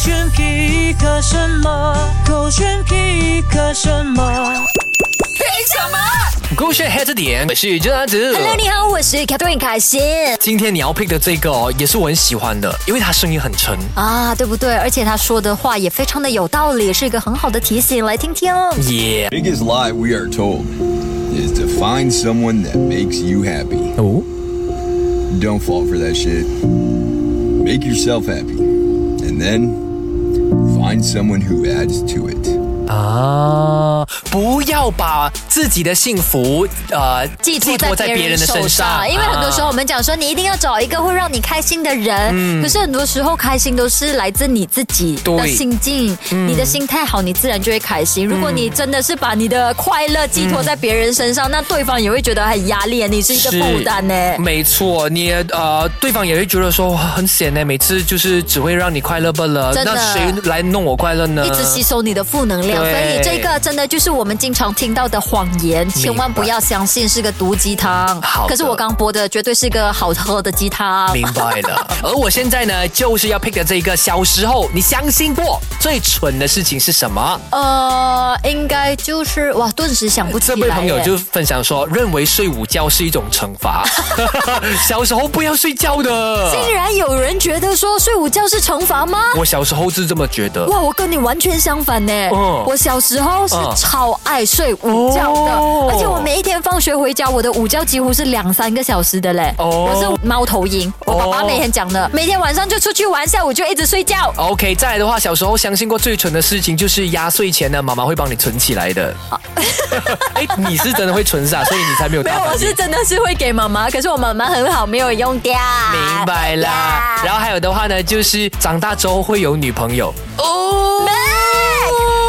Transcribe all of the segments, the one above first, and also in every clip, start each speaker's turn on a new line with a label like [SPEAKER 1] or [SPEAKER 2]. [SPEAKER 1] 选皮克什么？狗选皮克什么？
[SPEAKER 2] 勾选黑着点，我是这样子。
[SPEAKER 3] Hello，你好，我是 Catherine 凯欣
[SPEAKER 2] 今天你要 pick 的这个哦，也是我很喜欢的，因为它声音很沉。
[SPEAKER 3] 啊，对不对？而且他说的话也非常的有道理，是一个很好的提醒，来听听。
[SPEAKER 2] 耶、
[SPEAKER 4] Biggest lie we are told is to find someone that makes you happy.
[SPEAKER 2] 哦，
[SPEAKER 4] Don't fall for that shit. Make yourself happy. And then find someone who adds to it.
[SPEAKER 2] 啊！不要把自己的幸福呃
[SPEAKER 3] 寄托在别人
[SPEAKER 2] 的啊
[SPEAKER 3] 手上，因为很多时候我们讲说，你一定要找一个会让你开心的人，可是很多时候开心都是来自你自己的
[SPEAKER 2] 对
[SPEAKER 3] 心境，你的心态好，你自然就会开心。如果你真的是把你的快乐寄托在别人身上，那对方也会觉得很压力，你是一个负担欸呢。
[SPEAKER 2] 没错，你呃，对方也会觉得说哇很闲呢，每次就是只会让你快乐罢了。
[SPEAKER 3] 真的
[SPEAKER 2] 那谁来弄我快乐呢？
[SPEAKER 3] 一直吸收你的负能量，
[SPEAKER 2] 嗯
[SPEAKER 3] 所以
[SPEAKER 2] 对
[SPEAKER 3] 这个真的就是我们经常听到的谎言，千万不要相信是个毒鸡汤。
[SPEAKER 2] 好的
[SPEAKER 3] 可是我刚播的绝对是个好喝的鸡汤。
[SPEAKER 2] 明白 了。而我现在呢，就是要 pick 的这个小时候你相信过最蠢的事情是什么？
[SPEAKER 3] 呃，应该就是哇，顿时想不起
[SPEAKER 2] 这
[SPEAKER 3] 来耶。
[SPEAKER 2] 位朋友就分享说，认为睡午觉是一种惩 罚，小时候不要睡觉的。
[SPEAKER 3] 竟然有人觉得说睡午觉是惩罚吗？
[SPEAKER 2] 我小时候是这么觉 得。
[SPEAKER 3] 哇，我跟你完全相反呢！
[SPEAKER 2] 嗯
[SPEAKER 3] 我小时候是
[SPEAKER 2] 嗯
[SPEAKER 3] 超爱睡午觉的，
[SPEAKER 2] 哦
[SPEAKER 3] 而且我每一天放学回家，我的午觉几乎是两三个小时的嘞。
[SPEAKER 2] 哦
[SPEAKER 3] 我是猫头鹰，我爸爸
[SPEAKER 2] 哦
[SPEAKER 3] 每天讲的，每天晚上就出去玩，下午就一直睡觉。
[SPEAKER 2] OK，再来的话，小时候相信过最蠢的事情就是压岁钱呢，妈妈会帮你存起来的。
[SPEAKER 3] 哦
[SPEAKER 2] 哎，你是真的会存是吧？所以你才没有
[SPEAKER 3] 没有
[SPEAKER 2] 打，
[SPEAKER 3] 我
[SPEAKER 2] 反
[SPEAKER 3] 是
[SPEAKER 2] 应。
[SPEAKER 3] 真的是会给妈妈，可是我妈妈很好，没有用掉。
[SPEAKER 2] 明白啦。然后还有的话呢，就是长大之后会有女朋友。
[SPEAKER 3] 哦，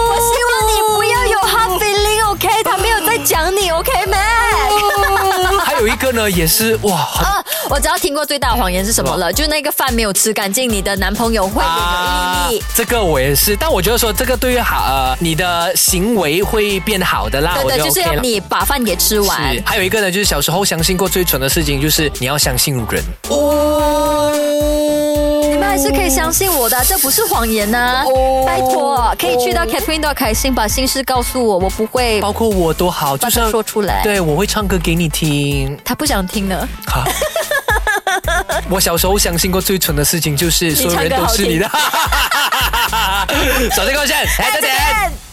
[SPEAKER 3] 我希望你不要有 hard feeling，OK？、他没有在讲你，OK 吗？哦
[SPEAKER 2] 还有一个呢，也是哇，很
[SPEAKER 3] 啊， 我只要听过最大的谎言是什么了，就是那个饭没有吃干净，你的男朋友会有异议。
[SPEAKER 2] 啊这个我也是，但我觉得说这个对于好呃你的行为会变好的啊啦，我
[SPEAKER 3] 对对，
[SPEAKER 2] 觉得
[SPEAKER 3] 就是
[SPEAKER 2] OK
[SPEAKER 3] 要
[SPEAKER 2] 了。
[SPEAKER 3] 你把饭给吃完
[SPEAKER 2] 是，。还有一个呢，就是小时候相信过最蠢的事情，就是你要相信人。
[SPEAKER 3] 你们还是可以相信我的，啊这不是谎言呐、
[SPEAKER 2] 哦
[SPEAKER 3] 拜托，可以去到 Catherine 的开心，把心事告诉我，我不会。
[SPEAKER 2] 包括我都好，
[SPEAKER 3] 把它
[SPEAKER 2] 就是要
[SPEAKER 3] 说出来
[SPEAKER 2] 对，我会唱歌给你听。
[SPEAKER 3] 他不想听呢。
[SPEAKER 2] 好，我小时候相信过最蠢的
[SPEAKER 3] 哎
[SPEAKER 2] 哎事情就是所有人都是你的。首先贡献，来再见。